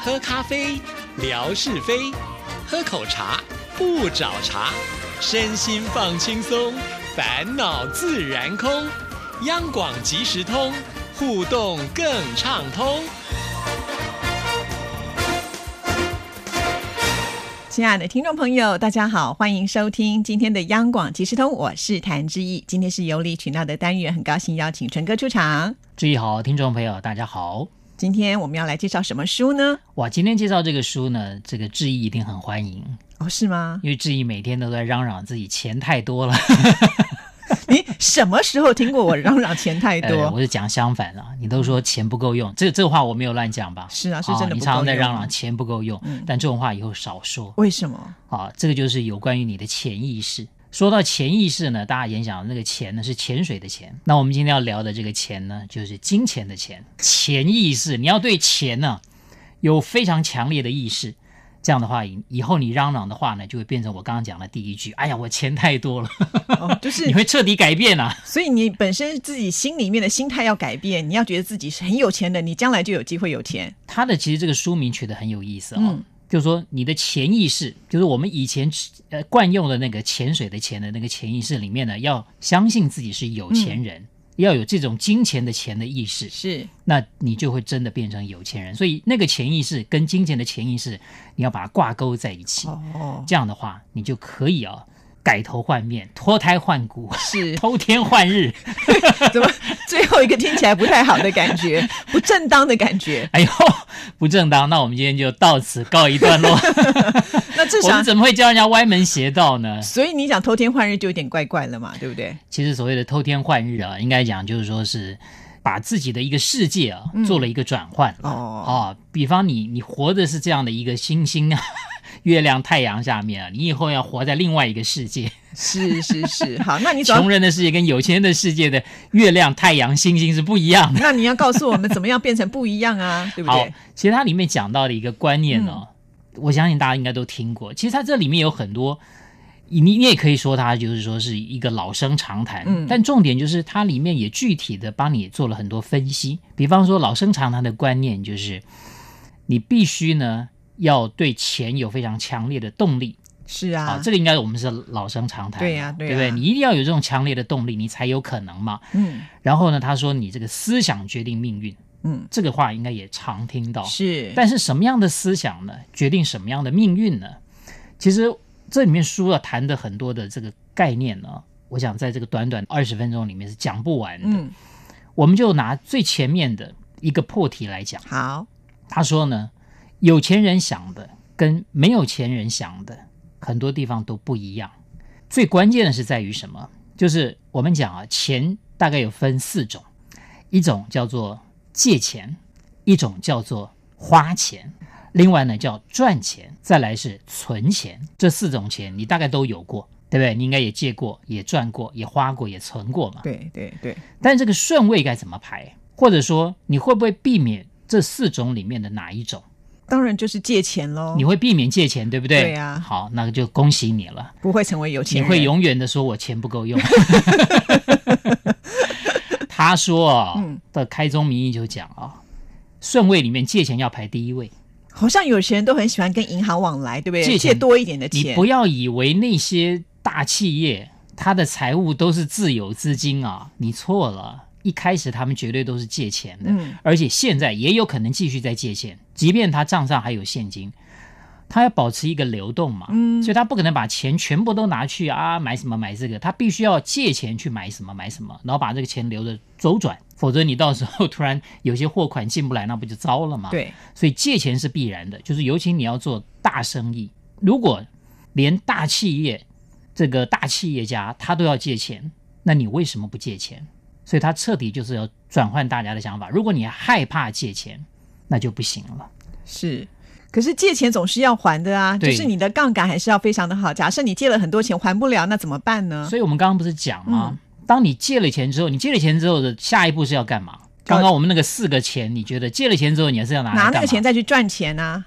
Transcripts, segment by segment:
喝咖啡，聊是非；喝口茶，不找茬。身心放轻松，烦恼自然空。央广即时通，互动更畅通。亲爱的听众朋友，大家好，欢迎收听今天的央广即时通，我是谭志毅。今天是有理取闹的单元，很高兴邀请纯哥出场。注意好，听众朋友，大家好。今天我们要来介绍什么书呢？哇，今天介绍这个书呢，这个志毅一定很欢迎，哦，是 吗？因为志毅每天都在嚷嚷自己钱太多了。你什么时候听过我嚷嚷钱太 呃多？我是讲相反了，你都说钱不够用，这这话我没有乱讲吧？是啊是嗯真的哦你不常够常在用嚷嚷钱不够用，但这种话以后少说为什么？啊。这个就是有关于你的潜意识。说到潜意识呢，大家联想到那个钱呢是潜水的钱。那我们今天要聊的这个钱呢，就是金钱的钱。潜意识，你要对钱呢、有非常强烈的意识。这样的话，以以后你嚷嚷的话呢，就会变成我刚刚讲的第一句：“哎呀，我钱太多了。 哦，就是你会彻底改变啊！所以你本身自己心里面的心态要改变，你要觉得自己是很有钱的，你将来就有机会有钱。他的其实这个书名取得很有意思哦，嗯就是说你的潜意识，就是我们以前呃惯用的那个潜水的潜的那个潜意识里面呢，要相信自己是有钱人，要有这种金钱的钱的意识，是，那你就会真的变成有钱人。所以那个潜意识跟金钱的潜意识，你要把它挂钩在一起，哦，这样的话你就可以啊、改头换面， 脱胎换骨，是偷天换日。怎么 最后一个听起来不太好的感觉，不正当的感觉？哎呦，不正当！那我们今天就到此告一段落。 那至我少们，怎么会教人家歪门邪道呢？所以你想偷天换日就有点怪怪了嘛，对不 对？其实所谓的偷天换日啊，应该讲就是说是把自己的一个世界啊、做了一个转换嗯哦啊比方你你活的是这样的一个星星啊、 月亮、太阳下面啊，你以后要活在另外一个世界，是是是，好，那你总穷要，人的世界跟有钱人的世界的月亮、太阳、星星是不一样的。那你要告诉我们怎么样变成不一样啊，对不好对？，嗯其实它里面讲到的一个观念呢、我相信大家应该都听过。其实它这里面有很多，你你也可以说它就是说是一个老生常谈，嗯但重点就是它里面也具体的帮你做了很多分析。比方说老生常谈的观念就是，你必须呢要对钱有非常强烈的动力。是好，啊，这个应该我们是老生常谈嘛，对呀对对呀不对？你一定要有这种强烈的动力，你才有可能嘛。嗯然后呢，他说你这个思想决定命运，嗯，这个话应该也常听到。是，但是什么样的思想呢，决定什么样的命运呢？其实这里面书啊谈的很多的这个概念呢，我想在这个短短二十分钟里面是讲不完的。嗯，我们就拿最前面的一个破题来讲，好，他说呢，有钱人想的跟没有钱人想的很多地方都不一样。最关键的是在于什么？就是我们讲啊，钱大概有分四种，一种叫做借钱，一种叫做花钱，另外呢叫赚钱，再来是存钱。这四种钱你大概都有过，对不对？你应该也借过，也赚过，也花过，也存过嘛。对对对，但这个顺位该怎么排，或者说你会不会避免这四种里面的哪一种？当然就是借钱喽你，会避免借钱，对不对？对啊呀好，那就恭喜你了，不会成为有钱你人，会永远的说我钱不 够用。他说啊、嗯的开宗明义就讲啊、顺位里面借钱要排第一位。好像有钱人都很喜欢跟银行往来，对不对？借借钱多一点的你钱不，要以为那些大企业它的财务都是自有资金啊，你错了。一开始他们绝对都是借钱的，嗯而且现在也有可能继续在借钱，即便他账上还有现金，他要保持一个流动嘛，嗯所以他不可能把钱全部都拿去啊买什么买这个，他必须要借钱去买什么买什么，然后把这个钱留着周转，否则你到时候突然有些货款进不来，那不就糟了吗？对，所以借钱是必然的，就是尤其你要做大生意，如果连大企业这个大企业家他都要借钱，那你为什么不借钱？所以他彻底就是要转换大家的想法。如果你害怕借钱，那就不行了。是。可是借钱总是要还的啊，就对是你的杠杆还是要非常的好。假设你借了很多钱还不了，那怎么办呢？所以我们刚刚不是讲吗？嗯当你借了钱之后，你借了钱之后的下一步是要干嘛？刚刚我们那个四个钱，你觉得借了钱之后你还是要拿来拿干嘛那个钱再去赚钱啊，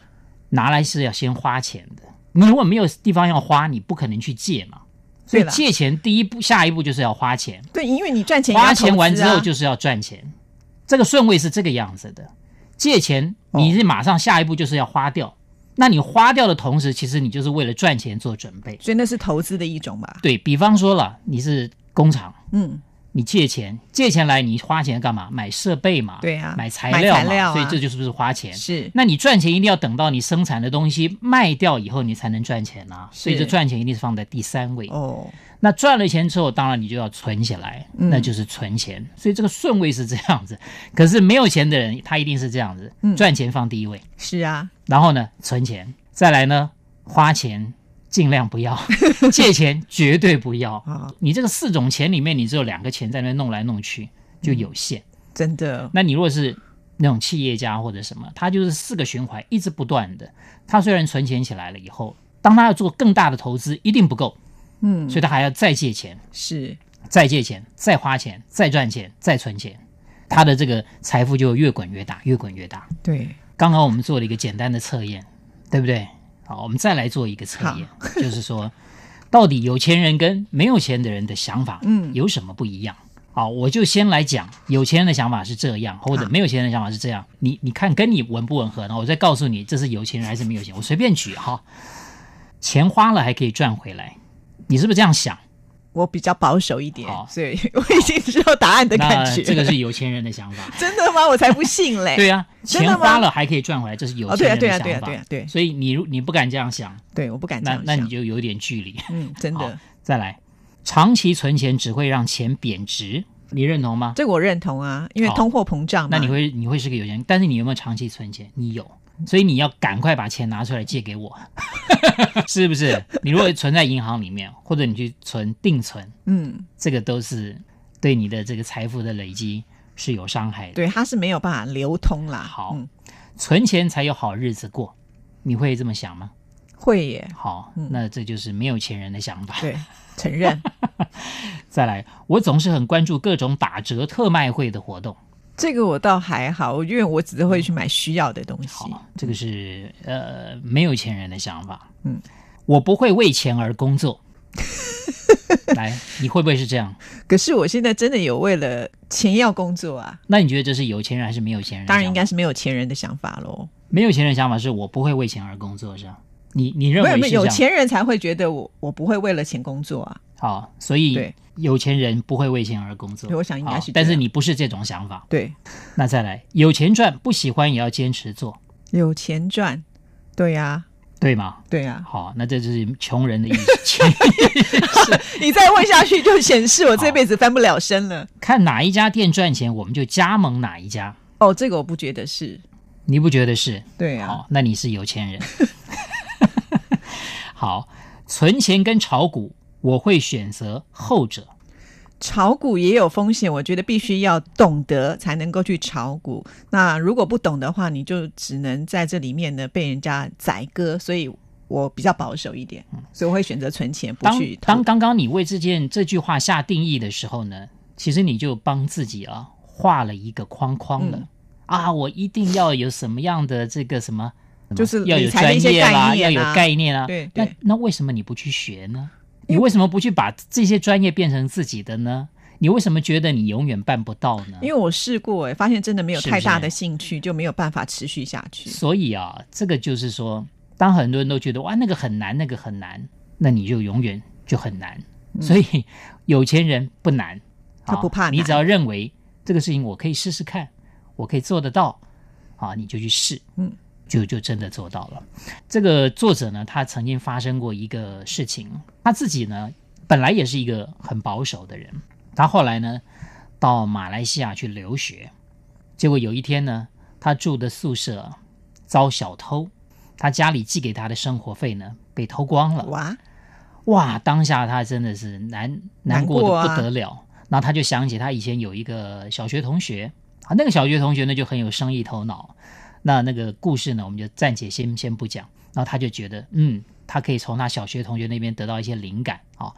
拿来是要先花钱的。你如果没有地方要花，你不可能去借嘛。所对以了借钱第一步，下一步就是要花钱。对，因为你赚钱也要花投资啊钱完之后就是要赚钱，这个顺位是这个样子的。借钱，哦你是马上下一步就是要花掉，那你花掉的同时，其实你就是为了赚钱做准备。所以那是投资的一种吧？对比方说了，你是工厂，嗯，你借钱，借钱来你花钱干嘛？买设备嘛，对啊买材料嘛，买材料啊所以这就是不是花钱？是那你赚钱一定要等到你生产的东西卖掉以后，你才能赚钱啊。所以是这赚钱一定是放在第三位。哦，那赚了钱之后，当然你就要存起来，嗯那就是存钱。所以这个顺位是这样子。可是没有钱的人，他一定是这样子嗯，赚钱放第一位，是啊，然后呢存钱，再来呢花钱。尽量 不要借钱，绝对不要啊。你这个四种钱里面，你只有两个钱在那边弄来弄去，就有限。真的，那你如果是那种企业家或者什么，他就是四个循环一直不断的。他虽然存钱起来了以后，当他要做更大的投资，一定不够，嗯，所以他还要再借钱，是再借钱，再花钱，再赚钱，再存钱，他的这个财富就越滚越大，越滚越大。对，刚刚我们做了一个简单的测验，对不对？好，我们再来做一个测验，就是说，到底有钱人跟没有钱的人的想法，嗯有什么不一样？好，我就先来讲，有钱人的想法是这样，或者好没有钱人的想法是这样。你你看跟你吻不吻合呢？我再告诉你，这是有钱人还是没有钱。我随便举哈，钱花了还可以赚回来，你是不是这样想？我比较保守一点好，所以我已经知道答案的那感觉。这个是有钱人的想法。 真的吗？我才不信嘞！对呀、哎真的钱吗花了还可以赚回来，这是有哦，对钱啊，人对的啊，想对啊，法。对啊，对，所以你如你不敢这样想，对，我不敢这那样那你想。就有点距离。嗯，真好的，，再来，长期存钱只会让钱贬值，你认同吗？这个我认同啊，因为好通货膨胀嘛。那你会你会是个有钱人，但是你有没有长期存钱？你有，所以你要赶快把钱拿出来借给我， 是不是？你如果存在银行里面，或者你去存定存，嗯，这个都是对你的这个财富的累积是有伤害的。对，它是没有办法流通啦。好嗯，存钱才有好日子过，你会这么想吗？会耶，好嗯，那这就是没有钱人的想法。 对，承认再来，我总是很关注各种打折特卖会的活动。这个我倒还好，因为我只是会去买需要的东西。好，这个是呃没有钱人的想法。嗯，我不会为钱而工作。 来，你会不会是这样？可是我现在真的有为了钱要工作啊，那你觉得这是有钱人还是没有钱人的想法？当然应该是没有钱人的想法喽。没有钱人的想法是我不会为钱而工作，是吧？你你认没有为没是有，有这样？钱人才会觉得我我不会为了钱工作啊。好，所以对有钱人不会为钱而工作对。我想应该好是这但是样你不是这种想法。对，那再来，有钱赚，不喜欢也要坚持做，有钱赚，对呀、对吗？对啊呀、好，那这就是穷人的意识。穷你再问下去就显示我这辈子翻不了身了。 看哪一家店赚钱，我们就加盟哪一家。哦，这个我不觉得是，你不觉得是？对啊呀、好，那你是有钱人。 好，存钱跟炒股，我会选择后者。炒股也有风险，我觉得必须要懂得才能够去炒股。那如果不懂的话，你就只能在这里面呢被人家宰割，所以我比较保守一点，所以我会选择存钱，不当去投当刚刚你为这件这句话下定义的时候呢，其实你就帮自己啊画了一个框框了、嗯啊，我一定要有什么样的这个什么。就是啊要有理财的一专些概业啦，念要啊有概念啊。对那对那为什么你不去学呢？因为你为什么不去把这些专业变成自己的呢？你为什么觉得你永远办不到呢？因为我试过、哎，发现真的没有是太不大是的兴趣，就没有办法持续下去。所以啊，这个就是说，当很多人都觉得哇那个很难，那个很难，那你就永远就很难。所以有钱人不难，嗯他啊不怕难你只要认为这个事情我可以试试看，我可以做得到，啊，你就去试，嗯，就就真的做到了。这个作者呢，他曾经发生过一个事情，他自己呢本来也是一个很保守的人，他后来呢到马来西亚去留学，结果有一天呢，他住的宿舍啊遭小偷，他家里寄给他的生活费呢被偷光了。哇，哇，当下他真的是难难难过过啊的不得了。然后他就想起他以前有一个小学同学啊，那个小学同学呢就很有生意头脑。那那个故事呢，我们就暂且先先不讲。然后他就觉得，嗯，他可以从他小学同学那边得到一些灵感啊、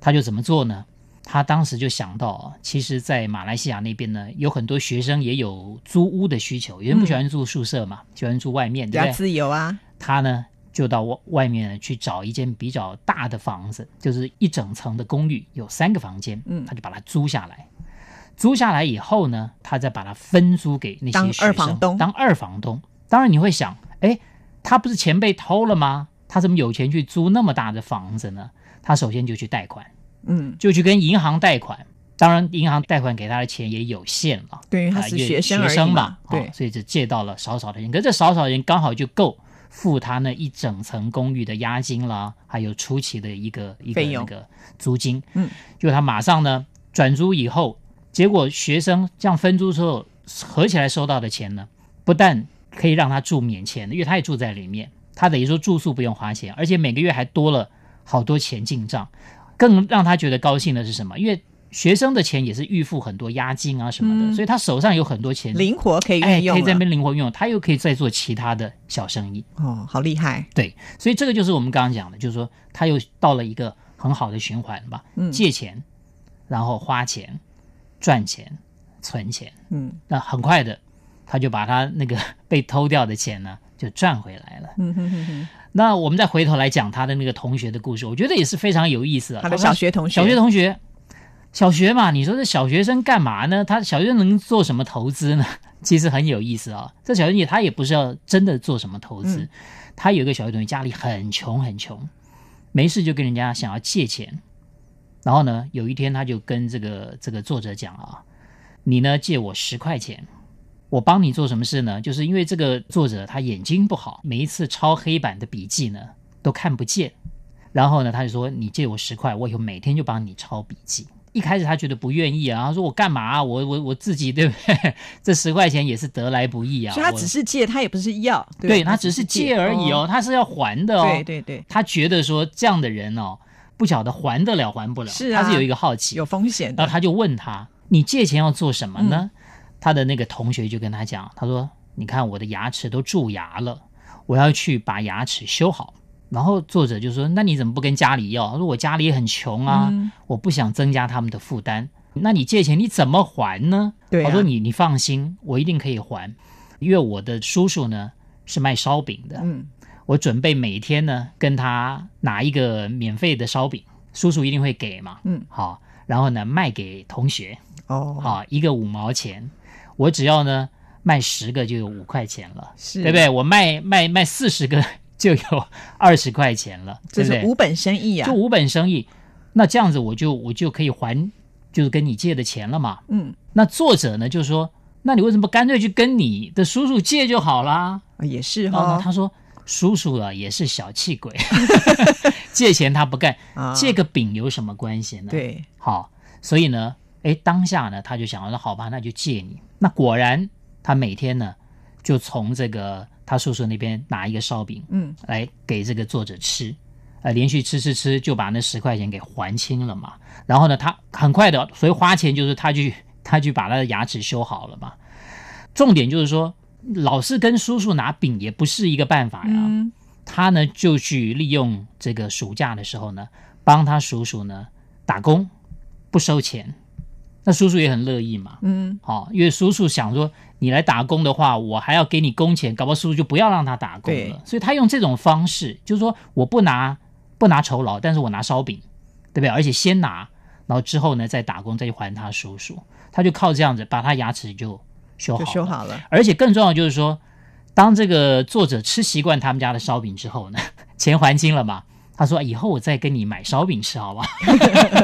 他就怎么做呢？他当时就想到啊，其实，在马来西亚那边呢，有很多学生也有租屋的需求，有人不喜欢住宿舍嘛，喜欢住外面，比对不较对？自由啊，他呢就到外外面去找一间比较大的房子，就是一整层的公寓，有三个房间，嗯他就把它租下来。租下来以后呢，他再把它分租给那当些学生二房东当二房东。当然你会想，哎，他不是钱被偷了吗？他怎么有钱去租那么大的房子呢？他首先就去贷款，嗯，就去跟银行贷款。当然，银行贷款给他的钱也有限了，对，因为啊他是因为学生而已生嘛哦嘛，，对啊，所以就借到了少少的钱，可这少少的钱刚好就够付他那一整层公寓的押金啦，还有初期的一个一个费那用个租金。嗯，就他马上呢转租以后，结果学生这样分租之后合起来收到的钱呢，不但可以让他住免钱的，因为他也住在里面，他等于说住宿不用花钱，而且每个月还多了好多钱进账。更让他觉得高兴的是什么？因为学生的钱也是预付很多押金啊什么的，嗯所以他手上有很多钱，灵活可以哎，运可以用啊在那了，边灵活运用，他又可以再做其他的小生意。哦，好厉害，对，所以这个就是我们刚刚讲的，就是说他又到了一个很好的循环吧，嗯借钱，然后花钱，赚钱，存钱，嗯那很快的，他就把他那个被偷掉的钱呢就赚回来了。嗯哼哼哼，那我们再回头来讲他的那个同学的故事，我觉得也是非常有意思的。他的刚小学同学，啊小学同学，小学嘛，你说这小学生干嘛呢？他小学生能做什么投资呢？ 其实很有意思啊、这小学生也他也不是要真的做什么投资，嗯他有一个小学同学家里很穷很穷，没事就跟人家想要借钱。然后呢，有一天他就跟这个这个作者讲啊，你呢借我十块钱，我帮你做什么事呢？就是因为这个作者他眼睛不好，每一次抄黑板的笔记呢都看不见。然后呢，他就说你借我十块，我以后每天就帮你抄笔记。一开始他觉得不愿意啊，他说我干嘛啊、我我我自己对不对？ 这十块钱也是得来不易啊。所以他我只是借，他也不是要，不对他只是借而已，哦，他是要还的哦。对对对，他觉得说这样的人哦，不晓得还得了还不了，是啊他是有一个好奇，有风险然的后，他就问他：“你借钱要做什么呢？”嗯他的那个同学就跟他讲：“他说，你看我的牙齿都蛀牙了，我要去把牙齿修好。”然后作者就说：“那你怎么不跟家里要？”他说：“我家里也很穷啊，嗯我不想增加他们的负担。那你借钱你怎么还呢？”对啊我说你：“你放心，我一定可以还，因为我的叔叔呢是卖烧饼的，嗯，我准备每天呢跟他拿一个免费的烧饼，叔叔一定会给嘛。嗯，好，然后呢卖给同学，哦，好一个五毛钱，我只要呢卖十个就有五块钱了，是，对不对？我卖卖卖四十个就有二十块钱了，这对不是对？无本生意啊就，无本生意，那这样子我就我就可以还就是跟你借的钱了嘛。嗯，那作者呢就说，那你为什么不干脆去跟你的叔叔借就好啦？啊也是然后哈哦呢，他说：“叔叔啊，也是小 气鬼，借钱他不干，啊，借个饼有什么关系呢？，对，好，所以呢，哎，当下呢，他就想说，好吧，那就借你。那果然，他每天呢，就从这个他叔叔那边拿一个烧饼嗯，来给这个作者吃。”呃，连续吃吃吃，就把那十块钱给还清了嘛。然后呢，他很快的，所以花钱就是他去 他去把他的牙齿修好了嘛。重点就是说，老是跟叔叔拿饼也不是一个办哎法呀。嗯，他呢就去利用这个暑假的时候呢，帮他叔叔呢打工，不收钱。那叔叔也很乐意嘛，嗯，哦，因为叔叔想说你来打工的话，我还要给你工钱，搞不好叔叔就不要让他打工对了。所以他用这种方式，就是说我不拿不拿酬劳，但是我拿烧饼，对不对？而且先拿，然后之后呢再打工再去还他叔叔。他就靠这样子把他牙齿就修好就了，修好了，而且更重要的就是说，当这个作者吃习惯他们家的烧饼之后呢， 钱还清了嘛，他说以后我再跟你买烧饼吃，好不好？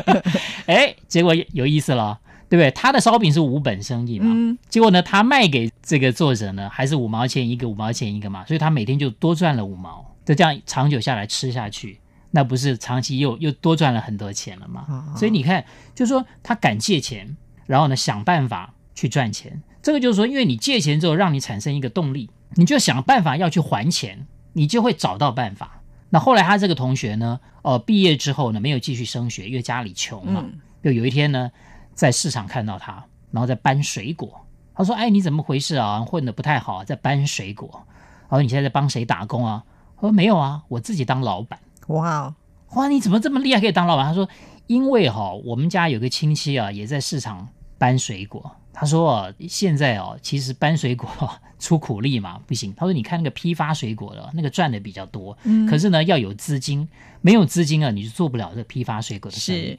哎，结果有意思了，对不对？他的烧饼是无本生意嘛，嗯，结果呢，他卖给这个作者呢，还是五毛钱一个，五毛钱一个嘛，所以他每天就多赚了五毛，就这样长久下来吃下去，那不是长期又又多赚了很多钱了嘛哦？所以你看，就说他敢借钱，然后呢想办法去赚钱，这个就是说，因为你借钱之后，让你产生一个动力，你就想办法要去还钱，你就会找到办法。那后来他这个同学呢，呃，毕业之后呢，没有继续升学，因为家里穷嘛，嗯，就有一天呢，在市场看到他，然后在搬水果。他说：“哎，你怎么回事啊？混得不太好啊，在搬水果。”他说：“你现在在帮谁打工啊？”他说：“没有啊，我自己当老板。”哇哦，哇，你怎么这么厉害可以当老板？他说：“因为哈、我们家有个亲戚啊，也在市场搬水果。他说啊，现在哦，其实搬水果 出苦力嘛，不行。他说，你看那个批发水果的，那个赚的比较多，嗯 可是呢，要有资金，没有资金啊，你就做不了这批发水果的生意。是，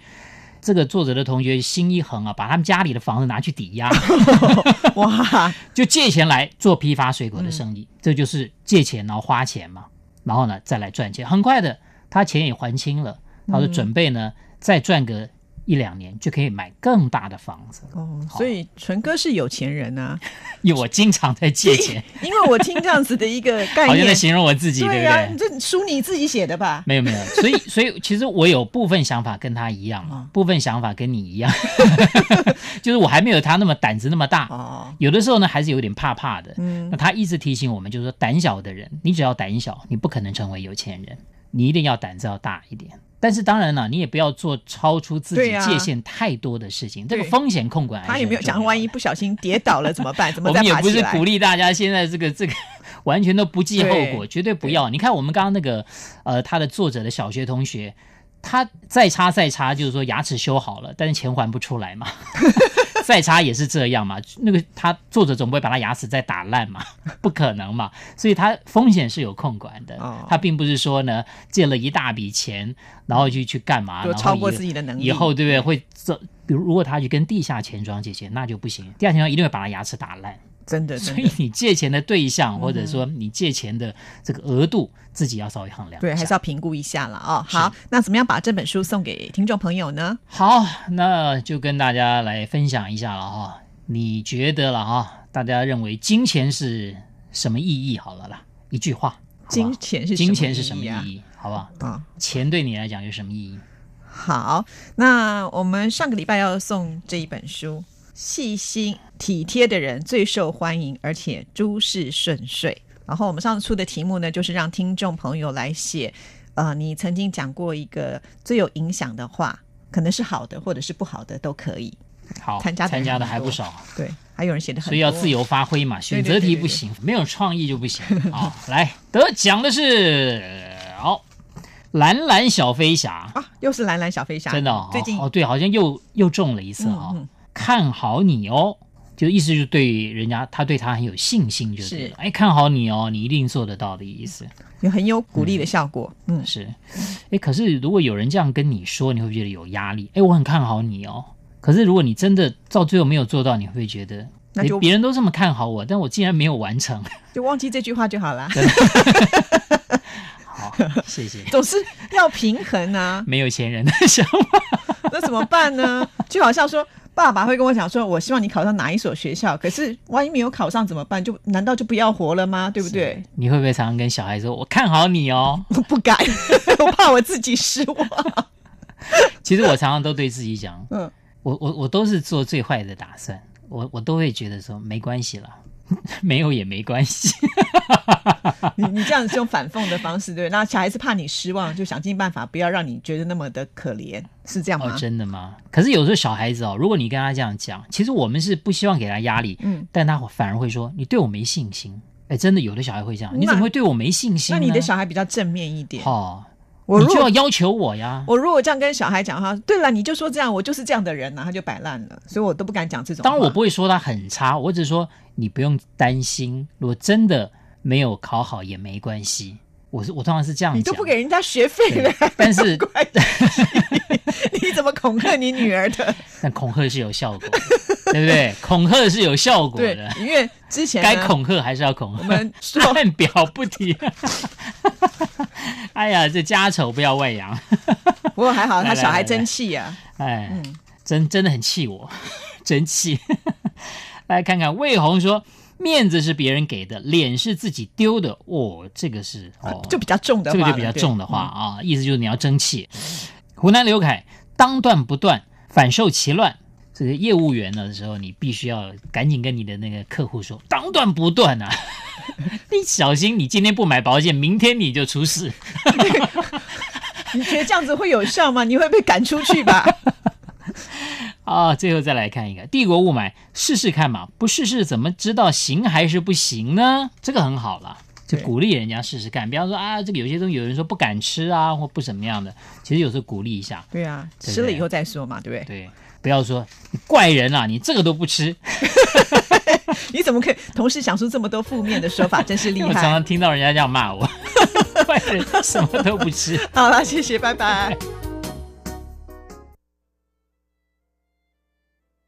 这个作者的同学心一横啊，把他们家里的房子拿去抵押，哇，就借钱来做批发水果的生意，这就是借钱然后花钱嘛，然后呢再来赚钱。很快的，他钱也还清了，他说准备呢、再赚个一两年就可以买更大的房子了。哦，所以纯哥是有钱人啊，因为我经常在借钱，因为我听这样子的一个概好像在念，形容我自己，对对不呀、对你？这书你自己写的吧？没有没有，所以所以其实我有部分想法跟他一样嘛，部分想法跟你一样， 就是我还没有他那么胆子那么大，哦，有的时候呢还是有点怕怕的。嗯那他一直提醒我们，就是说胆小的人，你只要胆小，你不可能成为有钱人，你一定要胆子要大一点。但是当然了，你也不要做超出自己对啊界限太多的事情，这个对风险控管还是他有没有哎很重要讲的万一不小心跌倒了怎么 办？怎么我再们也爬不起是来鼓？励大家现在这个 这个完全都不计后果，对绝对不要。你看我们刚刚那个呃，他的作者的小学同学，他再差再差，就是说牙齿修好了，但是钱还不出 来嘛， 再差也是这样嘛。那个他作者总不会把他牙齿再打烂嘛， 不可能嘛。所以他风险是有控管的，哦他并不是说呢借了一大笔钱，然后就去干嘛，就啊然后超过也自己的能力以后对不对？会这，比如如果他去跟地下钱庄借钱，那就不行，地下钱庄一定会把他牙齿打 烂。真的，所真以的，你借钱的对象，或者说你借钱的这个额度，自己要稍微衡量一下。对，还是要评估一下了哦。好，那怎么样把这本书送给听众朋友呢？好，那就跟大家来分享一下了哈。你觉得了哈？大家认为金钱是什么意义？好了啦，一句话，好不好金钱是金钱是什么啊意？义？好不好？啊、钱对你来讲有什么意义？好，那我们上个礼拜要送这一本书，《细心体贴的人最受欢迎，而且诸事顺遂》。然后我们上次出的题目呢，就是让听众朋友来写，呃，你曾经讲过一个最有影响的话，可能是好的，或者是不好的都可以。好，参加的人参加的还很不多少，对，还有人写的很多，所以要自由发挥嘛，选择对对题对不行，没有创意就不行。好，来得奖的是好蓝蓝小飞侠。啊，又是蓝蓝小飞侠，真的哦，最近哦对，好像又又中了一次哈、哦嗯看好你哦，就意思就是对人家他对他很有信心，就是对是了哎看好你哦，你一定做得到的意思有很有鼓励的效果，嗯，是。哎，可是如果有人这样跟你说，你会不会觉得有压力？哎，我很看好你哦。可是如果你真的到最后没有做到，你会不会觉得？那诶就别人都这么看好我，但我竟然没有完成。就忘记这句话就好啦。好，谢谢。 总是要平衡啊， 没有钱人的想法，那怎么办呢？就好像说，爸爸会跟我讲说，我希望你考上哪一所学校，可是万一没有考上怎么办？就难道就不要活了吗？对不对？你会不会常常跟小孩说：“我看好你哦， 我不敢， 我怕我自己失望。其实我常常都对自己讲，嗯嗯，我我我都是做最坏的打算，我我都会觉得说没关系啦， 没有也没关系， 你你这样子用反讽的方式，对，那小孩子怕你失望，就想尽办法不要让你觉得那么的可怜，是这样哦吗，？真的吗？可是有时候小孩子哦，如果你跟他这样讲，其实我们是不希望给他压力，嗯嗯，但他反而会说你对我没信心，哎，真的有的小孩会这样，那你怎么会对我没信心那呢？你的小孩比较正面一点。哦，我你如就要果要求我呀。我如果这样跟小孩讲哈，对了，你就说这样，我就是这样的人呐、他就摆烂了，所以我都不敢讲这种话。当然我不会说他很差，我只是说你不用担心，如果真的没有考好也没关系。我是我通常是这样讲，你都不给人家学费了对， 但是关系你怎么恐吓你女儿的？但恐吓是有效果的，对 不对？恐吓是有效果对的，，因为之前呢该恐吓还是要恐我吓。们 说，按表不提。 哎呀，这家丑不要外扬，不过还好他来来小孩来争气呀、哎，嗯真真的很气我， 真气。 来看看魏红说，面子是别人给的，脸是自己丢的。哦，这个是哦，就比较重的这话了，个就比较重的话对，嗯啊，意思就是你要争气。湖南刘凯当断不断，反受其乱。这个业务员的时候，你必须要赶紧跟你的那个客户说，当断不断啊！ 你小心，你今天不买保险，明天你就出事。嗯你觉得这样子会有效吗？你会被赶出去 吧？啊，最后再来看一个帝国雾霾，试试看嘛，不试试怎么知道行还是不行呢？这个很好啦，就对鼓励人家试试看。比方说啊，这个有些东西有人说不敢吃啊，或不怎么样的，其实有时候鼓励一下。对啊，对吃了以后再说嘛，对不对？对，不要说你怪人啊，你这个都不吃。你怎么可以同时想出这么多负面的说法，真是厉 我常害！ 常听到人家这样骂我，怪人什么都不吃。好了，谢谢，拜拜。